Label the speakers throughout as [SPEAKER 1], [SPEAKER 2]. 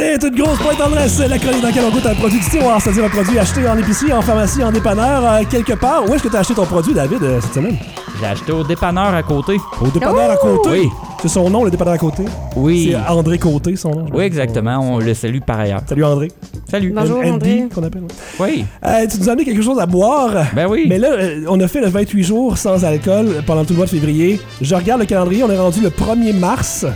[SPEAKER 1] est une grosse pointe tendresse, la chronique dans laquelle on goûte un produit du tiroir, c'est-à-dire un produit acheté en épicerie, en pharmacie, en dépanneur, euh, quelque part. Où est-ce que t'as acheté ton produit, David, euh, cette semaine?
[SPEAKER 2] J'ai acheté au dépanneur à côté.
[SPEAKER 1] Au dépanneur à côté.
[SPEAKER 2] Oui.
[SPEAKER 1] C'est son nom, le dépanneur à côté.
[SPEAKER 2] Oui.
[SPEAKER 1] C'est André Côté, son nom. je
[SPEAKER 2] Oui,
[SPEAKER 1] pense.
[SPEAKER 2] exactement. On le salue par ailleurs.
[SPEAKER 1] Salut André.
[SPEAKER 2] Salut.
[SPEAKER 3] Bonjour,
[SPEAKER 1] Andy,
[SPEAKER 3] André.
[SPEAKER 1] qu'on appelle. ouais.
[SPEAKER 2] Oui.
[SPEAKER 1] Euh, tu nous as amené quelque chose à boire.
[SPEAKER 2] Ben oui.
[SPEAKER 1] Mais là, euh, on a fait le 28 jours sans alcool pendant tout le mois de février. Je regarde le calendrier, on est rendu le 1er mars.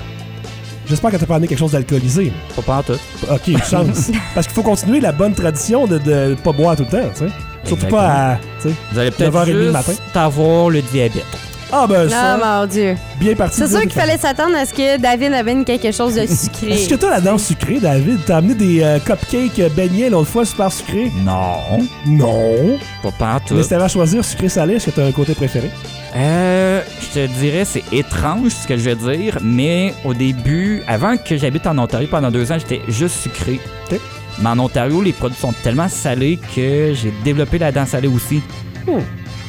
[SPEAKER 1] J'espère que t'as pas amené quelque chose d'alcoolisé.
[SPEAKER 2] Pas pantoute.
[SPEAKER 1] Ok, chance. Parce qu'il faut continuer la bonne tradition de ne pas boire tout le temps, tu sais. Surtout
[SPEAKER 2] Exactement.
[SPEAKER 1] pas à. tu sais.
[SPEAKER 2] Vous allez peut-être
[SPEAKER 1] 9h30 le matin.
[SPEAKER 2] juste avoir le diabète.
[SPEAKER 1] Ah ben ça,
[SPEAKER 3] Ah, mon Dieu.
[SPEAKER 1] bien parti.
[SPEAKER 3] C'est
[SPEAKER 1] de-
[SPEAKER 3] sûr qu'il fallait s'attendre à ce que David amène quelque chose de sucré.
[SPEAKER 1] Est-ce que t'as la dent sucrée, David? T'as amené des euh, cupcakes beignets l'autre fois super sucrés?
[SPEAKER 2] Non.
[SPEAKER 1] Non.
[SPEAKER 2] Pas
[SPEAKER 1] Mais
[SPEAKER 2] pantoute.
[SPEAKER 1] si t'avais à choisir sucré-salé, est-ce que t'as un côté préféré?
[SPEAKER 2] Euh, je te dirais, c'est étrange ce que je vais dire, mais au début, avant que j'habite en Ontario pendant deux ans, j'étais juste sucré.
[SPEAKER 1] Ok.
[SPEAKER 2] Mais en Ontario, les produits sont tellement salés que j'ai développé la dent salée aussi.
[SPEAKER 1] Hmm.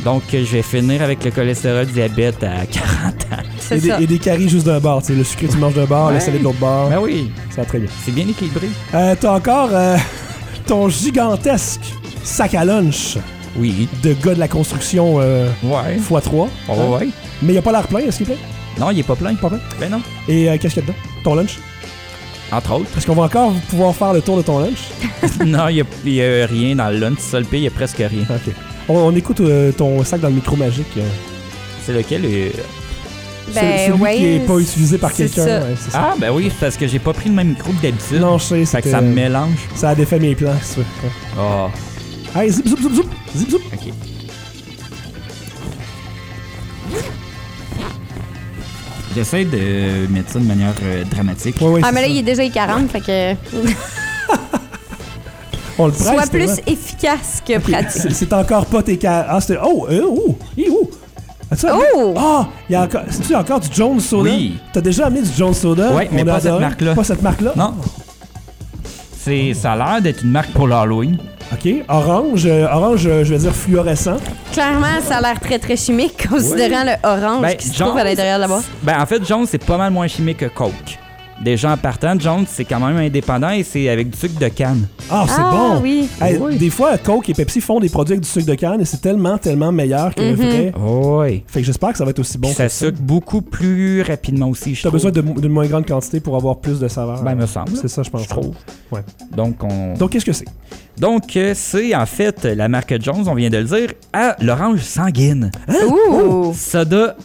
[SPEAKER 2] Donc, je vais finir avec le cholestérol diabète à 40 ans.
[SPEAKER 3] C'est
[SPEAKER 1] Et des,
[SPEAKER 3] ça.
[SPEAKER 1] et des caries juste d'un bord. tu sais, le sucré, tu manges d'un bord, le
[SPEAKER 2] Ouais.
[SPEAKER 1] salé de l'autre bord.
[SPEAKER 2] Ben oui,
[SPEAKER 1] Ça va très bien.
[SPEAKER 2] c'est bien équilibré.
[SPEAKER 1] Euh, t'as encore euh, ton gigantesque sac à lunch
[SPEAKER 2] Oui.
[SPEAKER 1] de gars de la construction euh,
[SPEAKER 2] Ouais.
[SPEAKER 1] x3.
[SPEAKER 2] Ouais, ouais.
[SPEAKER 1] Mais il a pas l'air plein, est-ce qu'il plaît?
[SPEAKER 2] Non, il est pas plein.
[SPEAKER 1] Pas plein?
[SPEAKER 2] Ben non.
[SPEAKER 1] Et euh, qu'est-ce qu'il y a dedans? Ton lunch?
[SPEAKER 2] Entre autres.
[SPEAKER 1] Est-ce qu'on va encore pouvoir faire le tour de ton lunch?
[SPEAKER 2] non, il n'y a, rien dans le lunch. Seul pays, il n'y a presque rien.
[SPEAKER 1] Ok. On, on écoute euh, ton sac dans le micro magique. euh,
[SPEAKER 2] C'est lequel euh,
[SPEAKER 3] Ben,
[SPEAKER 1] ce- celui
[SPEAKER 3] ouais,
[SPEAKER 1] qui est pas utilisé par
[SPEAKER 3] c'est
[SPEAKER 1] quelqu'un.
[SPEAKER 3] ça.
[SPEAKER 1] ouais, c'est ça.
[SPEAKER 2] Ah, ben oui, c'est parce que j'ai pas pris le même micro que d'habitude.
[SPEAKER 1] Plancher,
[SPEAKER 2] Fait que
[SPEAKER 1] c'était-
[SPEAKER 2] ça me mélange.
[SPEAKER 1] euh, ça a défait mes plans. c'est sûr.
[SPEAKER 2] Ah,
[SPEAKER 1] Hey, zip, zip, zip, zip, zip, zip.
[SPEAKER 2] ok. J'essaie de mettre ça de manière euh, dramatique.
[SPEAKER 1] Ouais, ouais,
[SPEAKER 3] Ah,
[SPEAKER 1] c'est
[SPEAKER 3] mais là,
[SPEAKER 1] ça.
[SPEAKER 3] il est déjà les 40, fait que.
[SPEAKER 1] On le presse.
[SPEAKER 3] Sois plus
[SPEAKER 1] tellement.
[SPEAKER 3] efficace que pratique.
[SPEAKER 1] C'est c'est encore pas tes cas. Ah, c'était. Oh, euh, oh, hi, oh. As-tu amené-
[SPEAKER 3] Oh!
[SPEAKER 1] Ah, il y a encore. C'est-tu encore du Jones Soda?
[SPEAKER 2] Oui.
[SPEAKER 1] T'as déjà amené du Jones Soda?
[SPEAKER 2] Ouais, mais
[SPEAKER 1] On
[SPEAKER 2] pas
[SPEAKER 1] a
[SPEAKER 2] cette
[SPEAKER 1] adoré.
[SPEAKER 2] marque-là.
[SPEAKER 1] Pas cette marque-là?
[SPEAKER 2] Non. C'est, ça a l'air d'être une marque pour l'Halloween.
[SPEAKER 1] Ok, orange, euh, orange, euh, je vais dire fluorescent.
[SPEAKER 3] Clairement, ça a l'air très très chimique considérant le orange
[SPEAKER 2] Ben,
[SPEAKER 3] qui se
[SPEAKER 2] Jones-
[SPEAKER 3] trouve à l'intérieur là-bas.
[SPEAKER 2] Ben, en fait, Jones, c'est pas mal moins chimique que Coke. Déjà en partant, Jones, c'est quand même indépendant et c'est avec du sucre de canne.
[SPEAKER 1] Ah, c'est
[SPEAKER 3] Ah,
[SPEAKER 1] bon!
[SPEAKER 3] oui.
[SPEAKER 1] Hey,
[SPEAKER 2] Oui.
[SPEAKER 1] Des fois, Coke et Pepsi font des produits avec du sucre de canne et c'est tellement, tellement meilleur
[SPEAKER 3] Mhm.
[SPEAKER 1] que le vrai.
[SPEAKER 2] Oh, Oui.
[SPEAKER 1] Fait que j'espère que ça va être aussi bon.
[SPEAKER 2] Puis ça
[SPEAKER 1] que ça.
[SPEAKER 2] sucre beaucoup plus rapidement aussi, je
[SPEAKER 1] T'as
[SPEAKER 2] trouve.
[SPEAKER 1] besoin de- d'une moins grande quantité pour avoir plus de saveur.
[SPEAKER 2] Ben, me semble.
[SPEAKER 1] C'est ça, je pense.
[SPEAKER 2] Je trouve.
[SPEAKER 1] Ouais.
[SPEAKER 2] Donc, on...
[SPEAKER 1] Donc, qu'est-ce que c'est?
[SPEAKER 2] Donc, euh, c'est en fait la marque Jones, on vient de le dire, à l'orange sanguine.
[SPEAKER 1] Oh!
[SPEAKER 3] Ouh!
[SPEAKER 2] Soda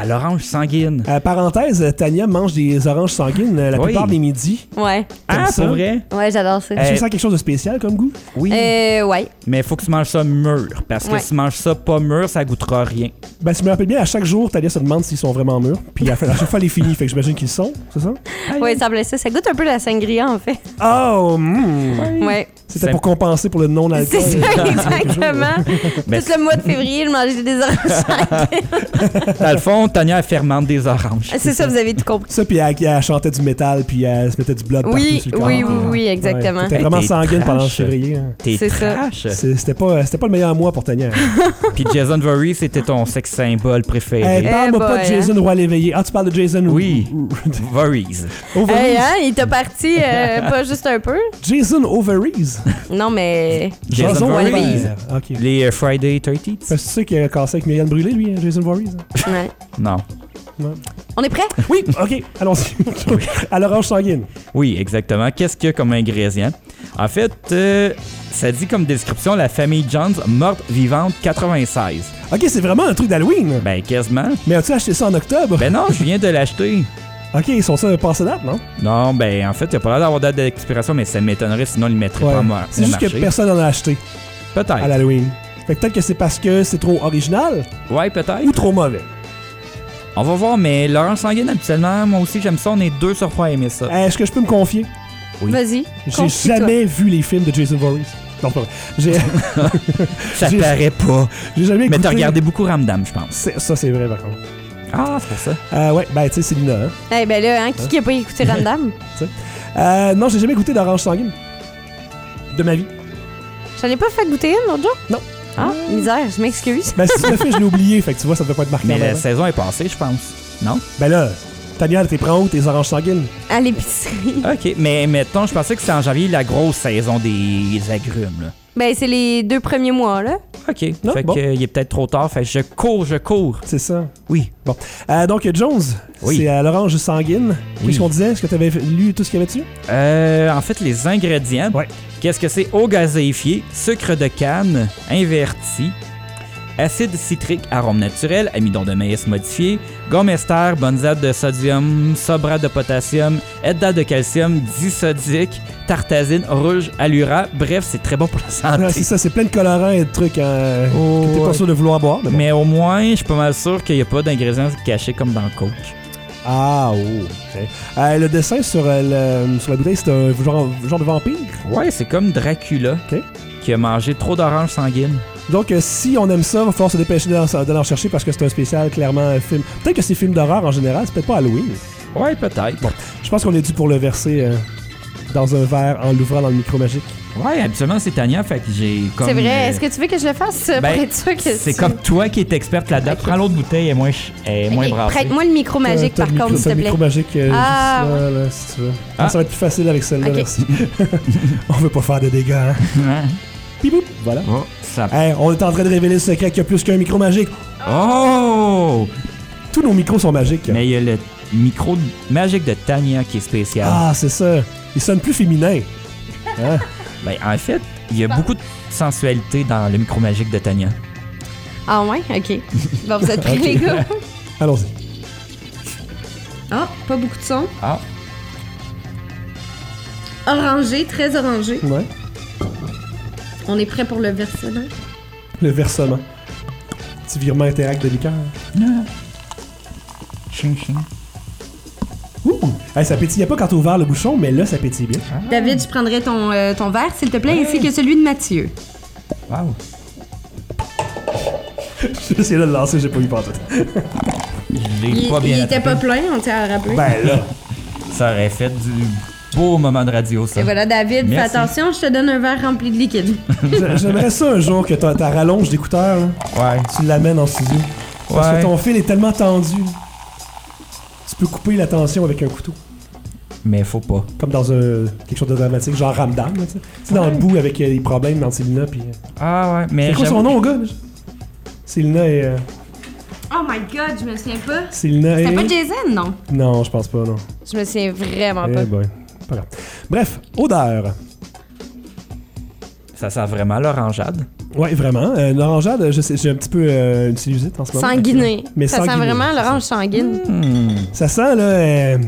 [SPEAKER 2] à l'orange sanguine.
[SPEAKER 1] Euh, parenthèse, Tania mange des oranges sanguines euh, la
[SPEAKER 2] Oui.
[SPEAKER 1] plupart des midis.
[SPEAKER 3] Ouais.
[SPEAKER 1] T'aimes
[SPEAKER 2] Ah,
[SPEAKER 1] ça?
[SPEAKER 2] c'est vrai?
[SPEAKER 3] Ouais, j'adore ça.
[SPEAKER 1] Est-ce
[SPEAKER 2] Euh,
[SPEAKER 1] que ça a quelque chose de spécial comme goût?
[SPEAKER 2] Oui.
[SPEAKER 3] Euh, ouais.
[SPEAKER 2] Mais faut que tu manges ça mûr, parce que
[SPEAKER 3] Ouais.
[SPEAKER 2] si tu manges ça pas mûr, ça goûtera rien.
[SPEAKER 1] Ben, si je me rappelle bien, à chaque jour, Talia se demande s'ils sont vraiment mûrs. Puis à, à chaque fois, elle les finit. Fait que j'imagine qu'ils le sont, c'est ça?
[SPEAKER 3] Ouais, ça semblait ça. Ça goûte un peu la sangria en fait.
[SPEAKER 1] Oh,
[SPEAKER 2] hmm.
[SPEAKER 1] mm.
[SPEAKER 3] Ouais.
[SPEAKER 1] C'était
[SPEAKER 2] Ça-
[SPEAKER 1] pour compenser pour le
[SPEAKER 3] C'est
[SPEAKER 1] non-alcool.
[SPEAKER 3] ça, exactement.
[SPEAKER 2] Ben,
[SPEAKER 3] Tout le mois de février, je mangeais des oranges.
[SPEAKER 2] Dans le fond, Tania elle fermente des oranges.
[SPEAKER 3] C'est ça, vous avez tout compris.
[SPEAKER 1] Ça, puis elle, elle chantait du métal, puis elle se mettait du blood
[SPEAKER 3] Oui,
[SPEAKER 1] partout sur le corps.
[SPEAKER 3] oui, oui,
[SPEAKER 1] Ouais.
[SPEAKER 3] oui, exactement.
[SPEAKER 1] T'étais
[SPEAKER 2] Hey,
[SPEAKER 1] vraiment
[SPEAKER 2] t'es
[SPEAKER 1] sanguine
[SPEAKER 2] trash.
[SPEAKER 1] pendant le février. hein.
[SPEAKER 2] T'es
[SPEAKER 3] C'est ça.
[SPEAKER 2] trash.
[SPEAKER 1] C'est- C'était pas, euh, c'était pas le meilleur mois pour Tania.
[SPEAKER 2] Puis Jason Voorhees, c'était ton sexe symbole préféré.
[SPEAKER 1] Hey, parle-moi pas de
[SPEAKER 3] Eh, boy, hein.
[SPEAKER 1] Jason Roy l'éveillé. Ah, tu parles de Jason
[SPEAKER 2] Oui. Voorhees.
[SPEAKER 1] Overees.
[SPEAKER 3] Hey, hein, il t'a parti euh, pas juste un peu?
[SPEAKER 1] Jason Overees.
[SPEAKER 3] Non, mais.
[SPEAKER 2] Jason
[SPEAKER 1] Jason
[SPEAKER 2] Voorhees.
[SPEAKER 1] Voorhees. Ok.
[SPEAKER 2] Les euh, Friday 30
[SPEAKER 1] Parce que tu sais qu'il a cassé avec Myriam Brûlé, lui, hein, Jason Voorhees. hein?
[SPEAKER 3] Ouais.
[SPEAKER 2] Non.
[SPEAKER 3] On est prêt?
[SPEAKER 1] Oui, ok, allons-y. à l'orange sanguine.
[SPEAKER 2] Oui, exactement. Qu'est-ce qu'il y a comme ingrédient? En fait, euh, ça dit comme description la famille Jones morte vivante 96.
[SPEAKER 1] Ok, c'est vraiment un truc d'Halloween.
[SPEAKER 2] Ben quasiment.
[SPEAKER 1] Mais as-tu acheté ça en octobre?
[SPEAKER 2] Ben non, je viens de l'acheter.
[SPEAKER 1] Ok, ils sont ça passé date, non?
[SPEAKER 2] Non, ben en fait, il n'y a pas l'air d'avoir date d'expiration, mais ça m'étonnerait sinon ils le mettraient pas moi.
[SPEAKER 1] C'est juste que personne en a acheté à
[SPEAKER 2] Peut-être.
[SPEAKER 1] l'Halloween. Fait que peut-être que c'est parce que c'est trop original
[SPEAKER 2] Ouais, peut-être.
[SPEAKER 1] ou trop mauvais.
[SPEAKER 2] On va voir, mais Laurence Sanguine, habituellement, moi aussi, j'aime ça. On est deux sur trois à aimer ça.
[SPEAKER 1] Est-ce que je peux me confier?
[SPEAKER 2] Oui.
[SPEAKER 3] Vas-y.
[SPEAKER 1] J'ai
[SPEAKER 3] confie-toi.
[SPEAKER 1] jamais vu les films de Jason Voorhees. Non, pas vrai. J'ai
[SPEAKER 2] ça
[SPEAKER 1] j'ai-
[SPEAKER 2] paraît pas.
[SPEAKER 1] j'ai jamais écouté...
[SPEAKER 2] Mais t'as regardé beaucoup Ramdam, je pense.
[SPEAKER 1] C'est- Ça, c'est vrai, par contre.
[SPEAKER 2] Ah, c'est pour ça.
[SPEAKER 1] Euh, ouais, ben, tu sais, c'est Lina, hein.
[SPEAKER 3] Eh ben là, hein, qui qui a pas écouté Random?
[SPEAKER 1] Euh, non, j'ai jamais goûté d'orange sanguine. De ma vie.
[SPEAKER 3] J'en ai pas fait goûter une l'autre jour?
[SPEAKER 1] Non.
[SPEAKER 3] Ah, misère, je m'excuse.
[SPEAKER 1] Ben, si tu l'as fait, je l'ai oublié. Fait que tu vois, ça devait pas être marqué.
[SPEAKER 2] Mais
[SPEAKER 1] en
[SPEAKER 2] la
[SPEAKER 1] avant.
[SPEAKER 2] saison est passée, je pense. Non?
[SPEAKER 1] Ben là, Ta bière, t'es prends tes oranges sanguines?
[SPEAKER 3] à l'épicerie.
[SPEAKER 2] OK, mais mettons, je pensais que c'était en janvier la grosse saison des agrumes. Là.
[SPEAKER 3] Ben, c'est les deux premiers mois, là.
[SPEAKER 2] OK,
[SPEAKER 1] Non,
[SPEAKER 2] fait
[SPEAKER 1] bon.
[SPEAKER 2] que, euh, il est peut-être trop tard, fait que je cours, je cours.
[SPEAKER 1] C'est ça.
[SPEAKER 2] Oui.
[SPEAKER 1] Bon. Euh, donc, Jones,
[SPEAKER 2] Oui.
[SPEAKER 1] c'est à l'orange sanguine. Qu'est-ce qu'on disait? Est-ce que t'avais lu tout ce qu'il y avait dessus?
[SPEAKER 2] Euh, en fait, les ingrédients.
[SPEAKER 1] Ouais.
[SPEAKER 2] Qu'est-ce que c'est? Eau gazéifiée, sucre de canne, inverti, acide citrique, arôme naturel, amidon de maïs modifié, gomme ester, bonzade de sodium, sobrate de potassium, edda de calcium, disodique, tartazine, rouge, allura. Bref, c'est très bon pour la
[SPEAKER 1] Ah,
[SPEAKER 2] santé.
[SPEAKER 1] c'est ça, c'est plein de colorants et de trucs hein,
[SPEAKER 2] Oh,
[SPEAKER 1] que t'es pas
[SPEAKER 2] ouais.
[SPEAKER 1] sûr de vouloir boire. Mais bon.
[SPEAKER 2] Mais au moins, je suis pas mal sûr qu'il n'y a pas d'ingrédients cachés comme dans le coke.
[SPEAKER 1] Ah, oh. ok. Euh, le dessin sur, euh, le- sur la bouteille, c'est un genre, genre de vampire.
[SPEAKER 2] Ouais, c'est comme Dracula
[SPEAKER 1] Ok.
[SPEAKER 2] qui a mangé trop d'oranges sanguines.
[SPEAKER 1] Donc, euh, si on aime ça, va falloir se dépêcher d'aller en- d'aller en chercher parce que c'est un spécial, clairement, un film. Peut-être que c'est film d'horreur en général, c'est peut-être pas Halloween.
[SPEAKER 2] Ouais, peut-être.
[SPEAKER 1] Je pense qu'on est dû pour le verser euh, dans un verre en l'ouvrant dans le micro magique.
[SPEAKER 2] Ouais, habituellement, c'est Tania, fait que j'ai comme.
[SPEAKER 3] C'est vrai.
[SPEAKER 2] euh,
[SPEAKER 3] Est-ce que tu veux que je le fasse euh,
[SPEAKER 2] ben,
[SPEAKER 3] pour être sûr que
[SPEAKER 2] C'est
[SPEAKER 3] tu-
[SPEAKER 2] comme toi qui es experte là-dedans.
[SPEAKER 3] Ok.
[SPEAKER 2] Prends l'autre bouteille, et moins, ch- elle est
[SPEAKER 3] Ok,
[SPEAKER 2] moins brassée.
[SPEAKER 3] Prête-moi le micro magique,
[SPEAKER 1] Euh, T'as-
[SPEAKER 3] par
[SPEAKER 1] t'as le
[SPEAKER 3] contre,
[SPEAKER 1] micro-
[SPEAKER 3] s'il
[SPEAKER 1] t'as
[SPEAKER 3] te
[SPEAKER 1] le
[SPEAKER 3] plaît.
[SPEAKER 1] micro magique, euh,
[SPEAKER 3] Ah,
[SPEAKER 1] juste là, là, si tu veux.
[SPEAKER 2] Ah.
[SPEAKER 1] Ça va être plus facile avec celle-là,
[SPEAKER 3] Ok.
[SPEAKER 1] merci. on veut pas faire de dégâts, hein.
[SPEAKER 2] Hein?
[SPEAKER 1] Pibou, voilà.
[SPEAKER 2] Oh, ça-
[SPEAKER 1] Hey, on est en train de révéler le secret qu'il y a plus qu'un micro magique.
[SPEAKER 2] Oh!
[SPEAKER 1] Tous nos micros sont magiques.
[SPEAKER 2] Mais il y a le micro de- magique de Tania qui est spécial.
[SPEAKER 1] Ah, c'est ça. Ils sonnent plus féminins. Hein?
[SPEAKER 2] Ben, en fait, il y a beaucoup de sensualité dans le micro magique de Tania.
[SPEAKER 3] Ah ouais? OK. Bon, vous êtes prêts, les gars?
[SPEAKER 1] Allons-y.
[SPEAKER 3] Ah, pas beaucoup de son.
[SPEAKER 2] Ah,
[SPEAKER 3] Orangé, très orangé.
[SPEAKER 1] Ouais.
[SPEAKER 3] On est prêt pour le verser, là?
[SPEAKER 1] Le versement. Petit virement interact de liqueur.
[SPEAKER 2] ching ching.
[SPEAKER 1] Ouh! Hey, ça pétillait pas quand t'as ouvert le bouchon, mais là, ça pétille bien.
[SPEAKER 3] David, je prendrais ton, euh, ton verre, s'il te plaît, ainsi que celui de Mathieu.
[SPEAKER 2] Wow.
[SPEAKER 1] J'ai essayé de le lancer, j'ai pas eu peur tout.
[SPEAKER 2] Je l'ai pas bien. attrapé.
[SPEAKER 3] plein, on tient à le rappeler.
[SPEAKER 1] Ben là.
[SPEAKER 2] Ça aurait fait du beau moment de radio, ça.
[SPEAKER 3] Et voilà, David,
[SPEAKER 2] Merci.
[SPEAKER 3] fais attention, je te donne un verre rempli de liquide.
[SPEAKER 1] J'a- J'aimerais ça un jour que ta, ta rallonge d'écouteurs, là,
[SPEAKER 2] Ouais.
[SPEAKER 1] tu l'amènes en studio. Parce
[SPEAKER 2] Ouais.
[SPEAKER 1] que ton fil est tellement tendu. Tu peux couper la tension avec un couteau.
[SPEAKER 2] Mais faut pas.
[SPEAKER 1] Comme dans un, quelque chose de dramatique, genre Ramdam. là, tu sais. Tu sais, dans le bout avec euh, les problèmes dans Célina. Puis, euh,
[SPEAKER 2] Ah ouais, mais.
[SPEAKER 1] c'est quoi son
[SPEAKER 2] j'avoue-
[SPEAKER 1] nom, au gars déjà? Célina et. euh,
[SPEAKER 3] Oh my god, je me souviens pas.
[SPEAKER 1] Célina
[SPEAKER 3] C'était
[SPEAKER 1] et.
[SPEAKER 3] pas Jason, non?
[SPEAKER 1] Non, je pense pas, non.
[SPEAKER 3] Je me souviens vraiment
[SPEAKER 1] Eh
[SPEAKER 3] Ah, pas.
[SPEAKER 1] boy. Pas grave. Bref, odeur.
[SPEAKER 2] Ça sent vraiment l'orangeade.
[SPEAKER 1] Ouais, vraiment. Euh, une orangeade, je sais, j'ai un petit peu euh, une sinusite en ce moment.
[SPEAKER 3] Sanguiné.
[SPEAKER 1] Mais
[SPEAKER 3] ça sent
[SPEAKER 1] sanguiné,
[SPEAKER 3] vraiment
[SPEAKER 1] c'est
[SPEAKER 3] l'orange sanguine.
[SPEAKER 2] Hmm.
[SPEAKER 1] Ça sent, là. euh,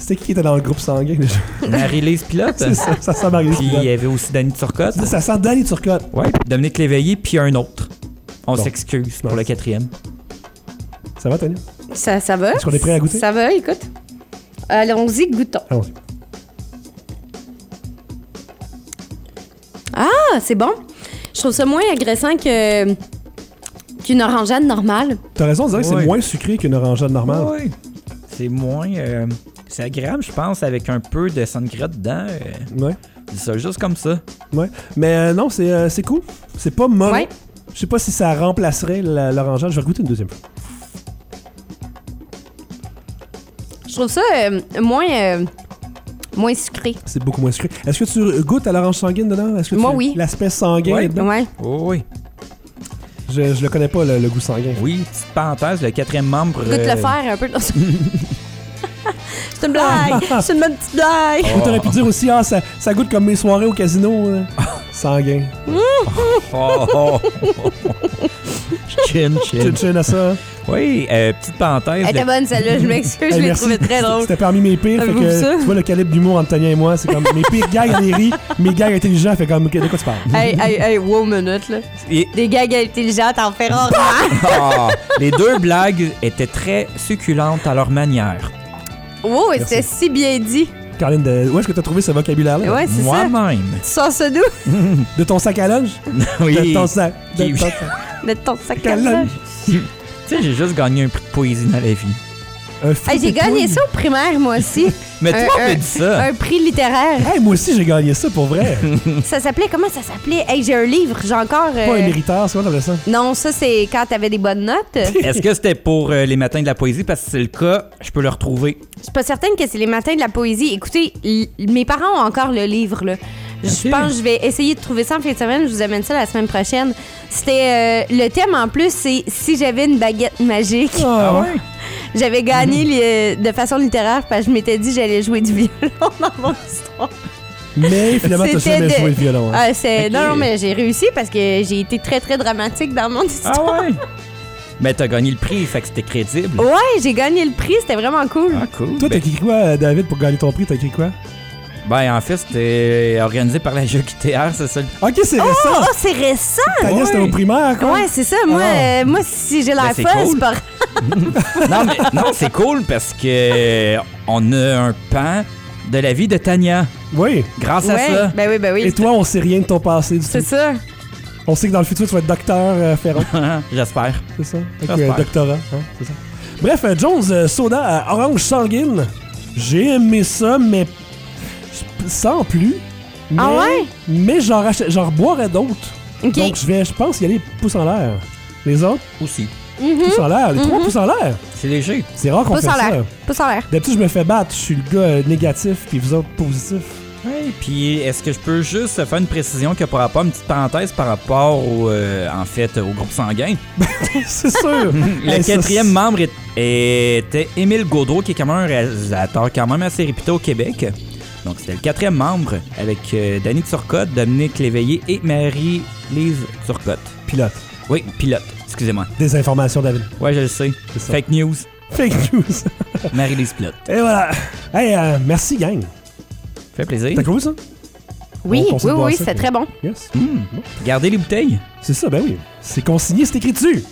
[SPEAKER 1] C'était qui qui était dans le groupe sanguin déjà?
[SPEAKER 2] Marie-Lise Pilote.
[SPEAKER 1] C'est ça, ça sent Marie-Lise
[SPEAKER 2] Puis il
[SPEAKER 1] Pilote.
[SPEAKER 2] y avait aussi Danny Turcotte.
[SPEAKER 3] euh,
[SPEAKER 1] Ça sent Danny Turcotte.
[SPEAKER 2] Ouais, Dominique Léveillé, puis un autre. On
[SPEAKER 1] Bon.
[SPEAKER 2] s'excuse pour
[SPEAKER 1] Nice.
[SPEAKER 2] le quatrième.
[SPEAKER 1] Ça va, Tania?
[SPEAKER 3] Ça, ça va?
[SPEAKER 1] Mm. Est-ce qu'on est prêt à goûter?
[SPEAKER 3] Ça va, écoute. Allons-y, goûtons.
[SPEAKER 1] Allons-y.
[SPEAKER 3] Ah, c'est bon. Je trouve ça moins agressant que qu'une orangeade normale.
[SPEAKER 1] T'as raison, on dirait que
[SPEAKER 2] Ouais.
[SPEAKER 1] c'est moins sucré qu'une orangeade normale.
[SPEAKER 2] Ouais. C'est moins. euh, c'est agréable, je pense, avec un peu de sangria dedans. euh,
[SPEAKER 1] Ouais.
[SPEAKER 2] je dis ça juste comme ça.
[SPEAKER 1] Ouais. Mais euh, non, c'est euh, c'est cool. C'est pas mauvais.
[SPEAKER 3] Ouais.
[SPEAKER 1] Je sais pas si ça remplacerait la- l'orangeade. Je vais goûter une deuxième fois.
[SPEAKER 3] Je trouve ça euh, moins, euh, moins sucré.
[SPEAKER 1] C'est beaucoup moins sucré. Est-ce que tu goûtes à l'orange sanguine dedans? Est-ce que
[SPEAKER 3] Moi,
[SPEAKER 1] tu-
[SPEAKER 3] oui.
[SPEAKER 1] L'aspect sanguin
[SPEAKER 2] Ouais.
[SPEAKER 1] est dedans?
[SPEAKER 3] Ouais.
[SPEAKER 2] Oh, oui.
[SPEAKER 1] Je, je le connais pas, le, le goût sanguin.
[SPEAKER 2] Oui, petite parenthèse, le quatrième membre.
[SPEAKER 3] Goûte
[SPEAKER 2] euh,
[SPEAKER 3] le fer un peu. c'est une blague. C'est une bonne petite blague.
[SPEAKER 2] Oh.
[SPEAKER 1] Ou t'aurais pu dire aussi, ah, ça, ça goûte comme mes soirées au casino. hein. sanguin.
[SPEAKER 2] Oh, oh, oh, oh. Chin,
[SPEAKER 1] Tu
[SPEAKER 2] chin.
[SPEAKER 1] te chaînes à ça. hein?
[SPEAKER 2] Oui, euh, petite parenthèse.
[SPEAKER 3] Elle était
[SPEAKER 2] le-
[SPEAKER 3] bonne celle-là, je m'excuse, je
[SPEAKER 1] Hey,
[SPEAKER 3] l'ai
[SPEAKER 1] merci.
[SPEAKER 3] trouvée très drôle.
[SPEAKER 1] C'était parmi mes pires. Fait
[SPEAKER 3] Avez-vous vu
[SPEAKER 1] que,
[SPEAKER 3] ça?
[SPEAKER 1] tu vois le calibre d'humour entre Tania et moi. C'est comme mes pires gags, on les rit. Mes gags intelligents, fait comme, de quoi tu parles?
[SPEAKER 3] Hey, hey, hey, wow, minute là.
[SPEAKER 2] Et-
[SPEAKER 3] Des gags intelligents, t'en fais rarement.
[SPEAKER 2] Ah, les deux blagues étaient très succulentes à leur manière.
[SPEAKER 3] Wow,
[SPEAKER 1] Merci.
[SPEAKER 3] c'était si bien dit.
[SPEAKER 1] Caroline, de- où est-ce que t'as trouvé ce vocabulaire-là?
[SPEAKER 3] Ouais, c'est ça.
[SPEAKER 2] Moi-même.
[SPEAKER 3] Tu sors ça d'où?
[SPEAKER 1] De ton sac à linge? De
[SPEAKER 2] Oui.
[SPEAKER 1] ton sac. De
[SPEAKER 2] Qui-
[SPEAKER 1] ton sac.
[SPEAKER 3] De ton sac à
[SPEAKER 1] Quel
[SPEAKER 3] linge.
[SPEAKER 1] linge?
[SPEAKER 2] Tu sais, j'ai juste gagné un prix de poésie dans la vie.
[SPEAKER 1] Un fruit
[SPEAKER 3] Hey, j'ai
[SPEAKER 1] pétouille.
[SPEAKER 3] gagné ça au primaire, moi aussi.
[SPEAKER 2] Mais
[SPEAKER 3] Un-
[SPEAKER 2] toi, on
[SPEAKER 3] un-
[SPEAKER 2] me dit ça.
[SPEAKER 3] Un prix littéraire.
[SPEAKER 1] Hey, moi aussi, j'ai gagné ça, pour vrai.
[SPEAKER 3] Ça s'appelait, comment ça s'appelait? Hey, j'ai un livre, j'ai encore... euh,
[SPEAKER 1] Pas un mériteur, c'est quoi t'appelles ça?
[SPEAKER 3] Non, ça, c'est quand t'avais des bonnes notes. Je
[SPEAKER 2] Est-ce que c'était pour euh, les matins de la poésie? Parce que c'est le cas, je peux le retrouver.
[SPEAKER 3] suis pas certaine que c'est les matins de la poésie. Écoutez, l- mes parents ont encore le livre, là. Je
[SPEAKER 2] Ok.
[SPEAKER 3] pense que je vais essayer de trouver ça en fin de semaine. Je vous amène ça la semaine prochaine. C'était... euh, le thème, en plus, c'est « Si j'avais une baguette magique
[SPEAKER 1] Ah
[SPEAKER 2] ouais?
[SPEAKER 3] J'avais gagné les- euh, de façon littéraire parce que je m'étais dit que j'allais jouer du violon dans mon histoire.
[SPEAKER 1] Mais finalement, t'as
[SPEAKER 3] C'était
[SPEAKER 1] jamais
[SPEAKER 3] de-
[SPEAKER 1] joué le violon. hein.
[SPEAKER 3] Ah, c'est...
[SPEAKER 2] Ok.
[SPEAKER 3] Non, non, mais j'ai réussi parce que j'ai été très, très dramatique dans mon histoire.
[SPEAKER 2] Ah ouais? Mais t'as gagné le prix, fait que c'était crédible.
[SPEAKER 3] Ouais, j'ai gagné le prix, c'était vraiment cool.
[SPEAKER 2] Ah, cool.
[SPEAKER 1] Toi, t'as
[SPEAKER 2] ben,
[SPEAKER 1] écrit quoi, euh, David, pour gagner ton prix? T'as écrit quoi?
[SPEAKER 2] ben, en fait, c'était euh, organisé par la JQTR, Ah, c'est ça. le-
[SPEAKER 1] Ok, c'est
[SPEAKER 3] Oh,
[SPEAKER 1] récent!
[SPEAKER 3] oh, c'est récent!
[SPEAKER 1] Ta nièce,
[SPEAKER 2] ouais.
[SPEAKER 1] c'était au primaire, quoi?
[SPEAKER 3] Ouais, c'est ça. Moi,
[SPEAKER 1] Ah.
[SPEAKER 3] euh, moi si j'ai la
[SPEAKER 2] Ben, c'est
[SPEAKER 3] folle,
[SPEAKER 2] cool.
[SPEAKER 3] c'est pas...
[SPEAKER 2] non, mais non, c'est cool parce que euh, on a un pan de la vie de Tania.
[SPEAKER 1] Oui.
[SPEAKER 2] Grâce à
[SPEAKER 3] ouais.
[SPEAKER 2] ça.
[SPEAKER 3] Ben oui, ben oui.
[SPEAKER 1] Et toi, on sait rien de ton passé du
[SPEAKER 3] C'est
[SPEAKER 1] tout.
[SPEAKER 3] ça.
[SPEAKER 1] On sait que dans le futur, tu vas être docteur euh, Ferron,
[SPEAKER 2] J'espère.
[SPEAKER 3] Ah.
[SPEAKER 1] c'est ça? Avec
[SPEAKER 2] J'espère.
[SPEAKER 1] euh, doctorat, hein, c'est ça. Bref, euh, Jones, euh, soda à orange sanguine. J'ai aimé ça, mais sans plus. Mais,
[SPEAKER 3] Ah ouais?
[SPEAKER 1] Mais j'en rachète, j'en boirais d'autres.
[SPEAKER 3] OK.
[SPEAKER 1] Donc je vais, je pense, y aller pouce en l'air. Les autres,
[SPEAKER 2] Aussi.
[SPEAKER 3] Mhm.
[SPEAKER 1] pouce en l'air. Les trois pouces en l'air.
[SPEAKER 2] C'est léger.
[SPEAKER 1] C'est rare qu'on
[SPEAKER 3] Pouce
[SPEAKER 1] fait
[SPEAKER 3] en
[SPEAKER 1] ça.
[SPEAKER 3] l'air. Pouce en l'air.
[SPEAKER 1] D'habitude, je me fais battre. Je suis le gars euh, négatif, puis vous autres positifs.
[SPEAKER 2] Ouais, puis est-ce que je peux juste faire une précision que par rapport, une petite parenthèse par rapport au, euh, en fait, au groupe sanguin.
[SPEAKER 1] c'est sûr.
[SPEAKER 2] Le
[SPEAKER 1] Hey, ça,
[SPEAKER 2] quatrième membre est- était Émile Gaudreau, qui est quand même un réalisateur quand même assez réputé au Québec. Donc c'était le quatrième membre avec euh, Danny Turcotte, Dominique Léveillé et Marie-Lise Turcotte.
[SPEAKER 1] Pilote.
[SPEAKER 2] Oui, pilote, excusez-moi.
[SPEAKER 1] Des informations, David.
[SPEAKER 2] Ouais, je le sais.
[SPEAKER 1] C'est ça.
[SPEAKER 2] Fake news,
[SPEAKER 1] Fake news.
[SPEAKER 2] Marie-Lise Pilote.
[SPEAKER 1] Et voilà. Hey, euh, merci, gang.
[SPEAKER 2] Fait plaisir.
[SPEAKER 1] T'as cool, ça?
[SPEAKER 3] Oui,
[SPEAKER 1] On- on sait
[SPEAKER 3] oui,
[SPEAKER 1] boire
[SPEAKER 3] oui,
[SPEAKER 1] ça,
[SPEAKER 3] c'était
[SPEAKER 1] puis-
[SPEAKER 3] très bon.
[SPEAKER 1] Yes.
[SPEAKER 2] Gardez les bouteilles.
[SPEAKER 1] C'est ça, ben oui. C'est consigné, c'est écrit dessus.